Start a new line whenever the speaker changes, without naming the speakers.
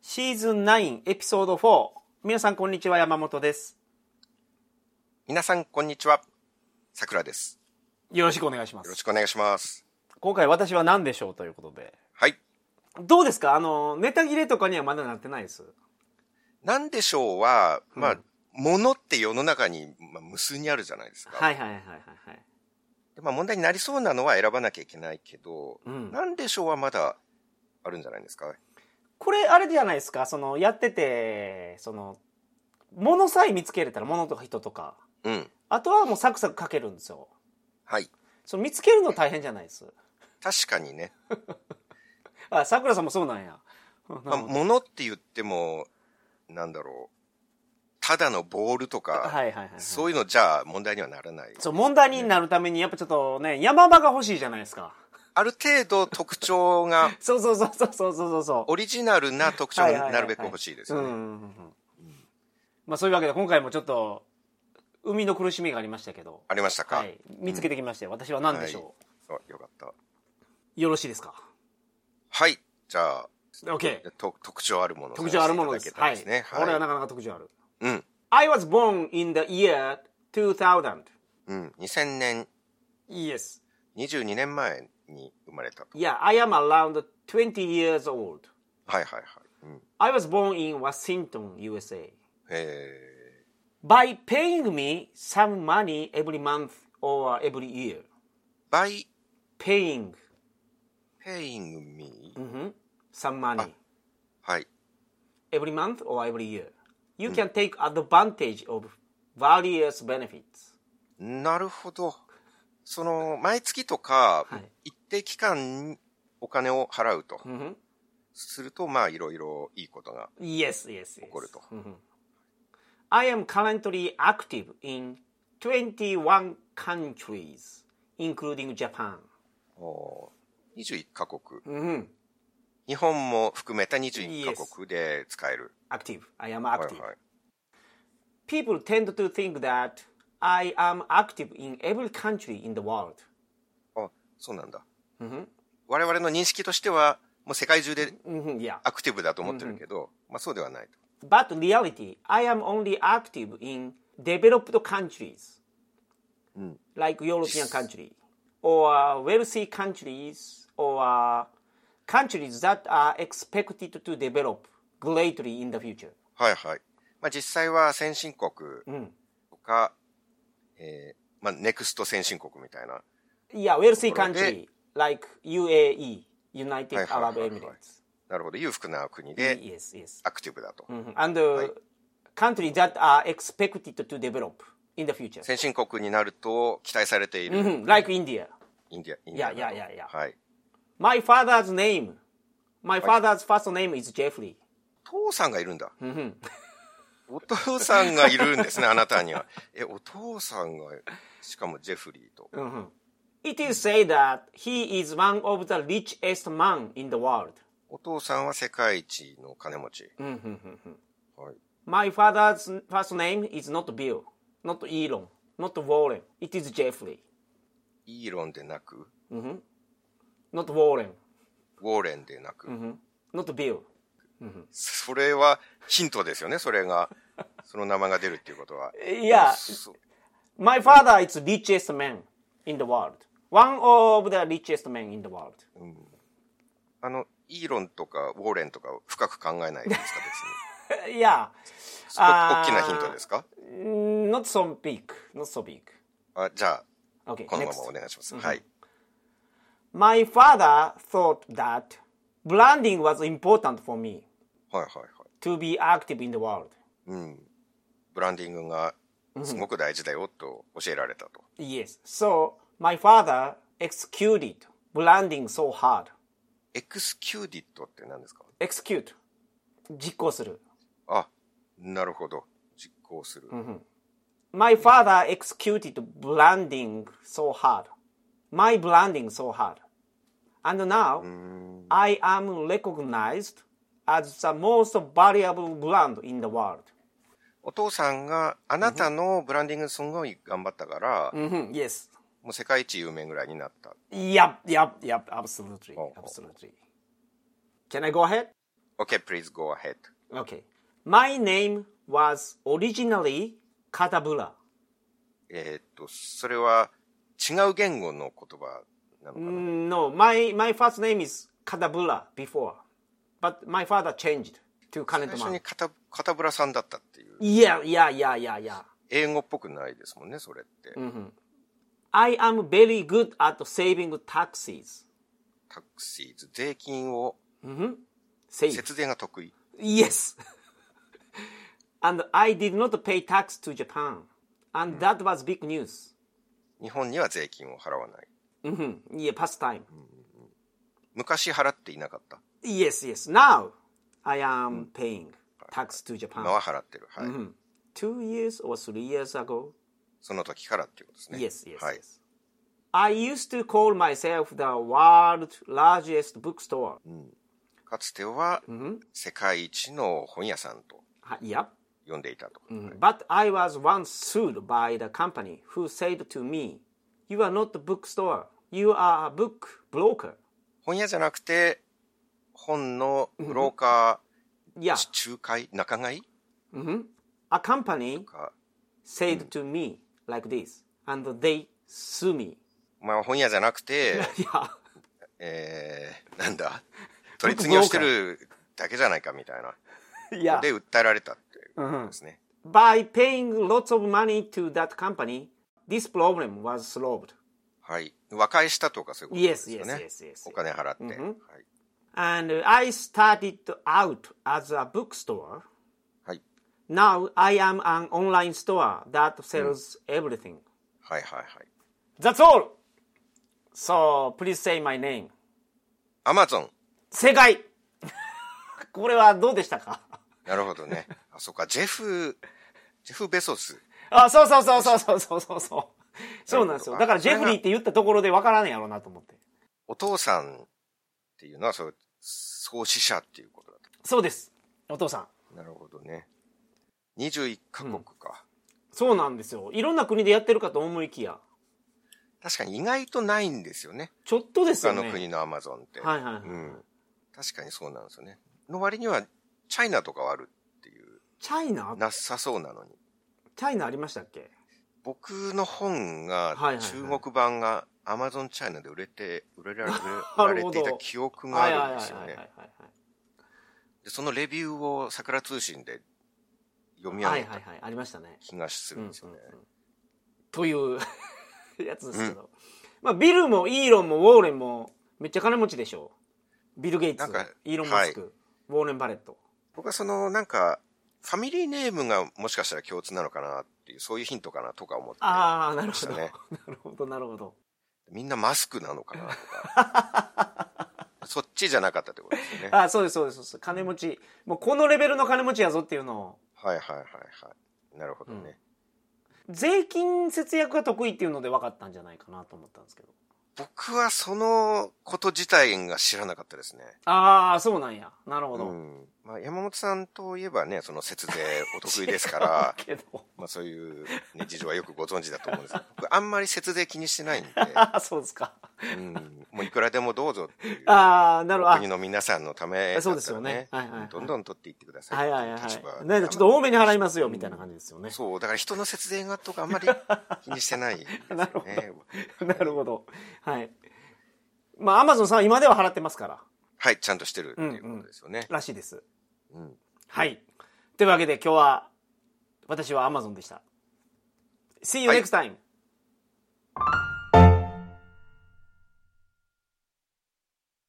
シーズン9エピソード4。皆さんこんにちは、山本です。
皆さん、こんにちは。桜です。
よろしくお願いしま
よろ
す。
しくお願いします。
今回私は何でしょうということで。
はい。
どうですかあの、ネタ切れとかにはまだなってないです。
なんでしょうは、まあ、
うん
物って世の中に、まあ、無数にあるじゃないですか。
はいはいはいはいはい。
でまあ、問題になりそうなのは選ばなきゃいけないけど、
うん
なんでしょうはまだあるんじゃないですか。
これあれじゃないですかその、やってて、その、物さえ見つけれたら、物とか人とか。
うん。
あとはもうサクサク書けるんですよ。
はい。
その見つけるの大変じゃないです。
確かにね。
あ、桜さんもそうなんや。
まあ、物って言っても、なんだろう。ただのボールとか、
はいはいはいはい。
そういうのじゃあ問題にはならない。
そう、問題になるために、やっぱちょっとね、山場が欲しいじゃないですか。
ある程度特徴が、
そうそうそうそうそうそうそう。
オリジナルな特徴
はい
に
はいはいはい
なるべく欲しいですよね。
うんうんうんうんまあそういうわけで今回もちょっと生みの苦しみがありましたけど、
ありましたか、
はい、見つけてきまして、私は何でしょう、
あよかった。
よろしいですか
はい。じゃあ、
OK
と特徴あるものを
特徴あるものです
探していただけた
はい、俺
らです
は
ね。
なかなか特徴ある
はい。うん。
I was born in the year 2000
うん。2000年、
Yes
22年前に生まれたと。
Yeah I am around 20 years old
はいはいはい。うん。
I was born in Washington USA
え
by paying me some money every month or every year
ー、by
paying
paying me、
mhm, some money
はい。
every month or every year. You can take advantage of various benefits.
なるほど。その、毎月とか、
はい
一定期間にお金を払うと。
ん
すると、まあ、いろいろいいことが
Yes, yes,
起こる
yes.
と。
I am currently active in 21 countries, including Japan.
おー21カ国。
Mhm.
日本も含めた21カ国で使える。
Active. I am active.
はいはい。
People tend to think that I am active in every country in the world.
あ、そうなんだ。我々の認識としては、もう世界中で
Mhm, Yeah.
アクティブだと思ってるけど、まあそうではないと。
But reality, I am only active in developed countries, like European country, or uh, wealthy countries, or uh, countries that are expected to develop greatly in the future.
はいはい。まあ実際は先進国とか、えー、まあネクスト先進国みたいな。
Yeah, wealthy
ところで、
country like UAE, United
はいはいはいは
Arab
い。
Emirates.
なるほど、裕福な国で
Yes, yes.
アクティブだと。
And uh, countries that are expected to develop in the future,
先進国になると期待されている
Mhm, like India.
インディア、インディ
や
アだと
いやいやいや
はい。
My father's name. My father's first name is Jeffrey.
父さんがいるんだ。お父さんがいるんですね、あなたには。え、お父さんが、しかもジェフリーと。
It is said that he is one of the richest man in the world.
お父さんは世界一の金持ち。はい。
My father's first name is not Bill, not Elon, not Warren. It is Jeffrey, Mm-hmm.
イーロンでなく、
not Warren, Mm-hmm.
ウォーレンでなく、
not Bill.
それはヒントですよね、それが。その名前が出るっていうことは。
いや
そ
My father is richest man in the world. One of the richest men in the world.
あの、イーロンとかウォーレンとかを深く考えないですか、別に。
Uh, yeah,
そこ
あー
大きなヒントですか
not so big, not so big.
あじゃ
Okay,
あ、このま
next.
まお願いします。はい。
My father thought that branding was important for me
はいはいはい。
to be active in the world.
ブランディングがすごく大事だよと教えられたと。
Yes. So my father executed branding so hard.
エクスキューディットって何ですか
Execute. 実行する。
あ、なるほど。実行する。
My father executed branding so hard. My branding so hard. And now I am recognized as the most valuable brand in the world.
お父さんがあなたのブランディングすごい頑張ったから、
Mhm, Yes.
もう世界一有名ぐらいになった。
Yep, yep, yep, absolutely,
Oh, oh, oh.
absolutely. Can I go ahead?
あ Okay, please go ahead.
Okay. My name was originally Katabura.
えーっと、それは違う言語の言葉なのかな、
Mm, No, my, my first name is Katabura before. But my father changed to
最初
Kanetama.
にカタカタブラさんだったっていう、
Yeah, yeah, yeah, yeah, yeah.
英語っぽくないですもんね、それって。
I am very good at saving taxes.
タクシーズ、税金を、
Save.
節税が得意。
Yes. and I did not pay tax to Japan. And that was big news.
日本には税金を払わない。
Mhm. Yeah, past time.
昔払っていなかった。
Yes, yes. Now I am paying tax to Japan.
今は払ってる。はい。
Two years or three years ago.
その時からっていうことですね。
Yes, yes,
はい。
yes. I used to call myself the world's largest bookstore.
かつては、世界一の本屋さんと
Ha- Yep. Mm-hmm.
呼んでいたと。
But I was once sued by the company who said to me, You are not a bookstore, you are a book broker.
本屋じゃなくて、本のブローカ
Yeah.
ー、仲介、仲買い
A company
か、
said to me like this, and they sue me.
お前は本屋じゃなくて、
Yeah.
えー、なんだ、取り次ぎをしてるだけじゃないかみたいな。
yeah.
で、訴えられたっていうことですね。
By paying lots of money to that company, this problem was solved.
はい。和解したとかそういうことですよね。
Yes, yes, yes, yes.
お金払って。はい。
And I started out as a bookstore.
はい。
Now I am an online store that sells everything.
はいはいはい。
That's all! So, please say my name.
アマゾン。
正解 これはどうでしたか
なるほ どね。あ、そうか。ジェフ、ジェフ・ベソス。
あ、そうそうそうそうそうそうそうそう。そうなんですよ。だか
なるほど
らジェフリーって言ったところでわからんやろうなと思って。
お父さんっていうのは、そう、創始者っていうことだと。
そうです。お父さん。
なるほどね。21カ国か。
そうなんですよ。いろんな国でやってるかと思いきや。
確かに意外とないんですよね。
ちょっとです
他
よ
の
ね。
国のアマゾンって。
はいはいはい
うん。確かにそうなんですよね。の割には、チャイナとかはあるっていう、
チャイナ
なさそうなのに。
チャイナありましたっけ
僕の本
いは
が
いは、い
中国版が Amazon チャイナで売れて、売 れられ
な
売
る
れ
ほど
ていた記憶が
はいはい
あ
はい
るん
はい
で
は
すよ
い
ね。でそのレビューを桜通信で読み
は
上
い
げ
は
た
いはい。ありましたね。
気がするんですよね。
という やつですけど。まあ、ビルもイーロンもウォーレンもめっちゃ金持ちでしょう。ビル・ゲイツ
なんか、
イーロン・マスク、ウォーレン・バレット。
僕はそのなんか、ファミリーネームがもしかしたら共通なのかなっていう、そういうヒントかなとか思って。
ああ、なるほど。
でし
なるほど、なるほど。
みんなマスクなのかなとか。 そっちじゃなかったってことですよね。
ああ、そうです、そうですそうです。金持ち。もうこのレベルの金持ちやぞっていうのを。
はいはいはいはい。なるほどね。
税金節約が得意っていうので分かったんじゃないかなと思ったんですけど。
僕はそのこと自体が知らなかったですね。
ああ、そうなんや。なるほ
う
ど。
ん。まあ山本さんといえばね、その節税お得意です から、
けど。
まあそういう、ね、事情はよくご存知だと思うんですけど、僕あんまり節税気にして ないんで、
ああ、そうですか。
うん、もういくらでもどうぞっていう、
ああ、なるほど。あ
国の皆さんのためだったら、
そうですよねはいはいはい
どんどん取っていってください。
はいはいはい
立場
はい。なんかちょっと多めに払いますよ、みたいな感じですよね。
そう、だから人の節税がとかあんまり気にしてない、ね。
なるほ
ど
なるほど。はい。まあ、アマゾンさんは今では払ってますから、
はい、ちゃんとしてるっていうことですよね。
らしいです。
うん
はい。というわけで今日は、私はアマゾンでした。See you
はい
next time!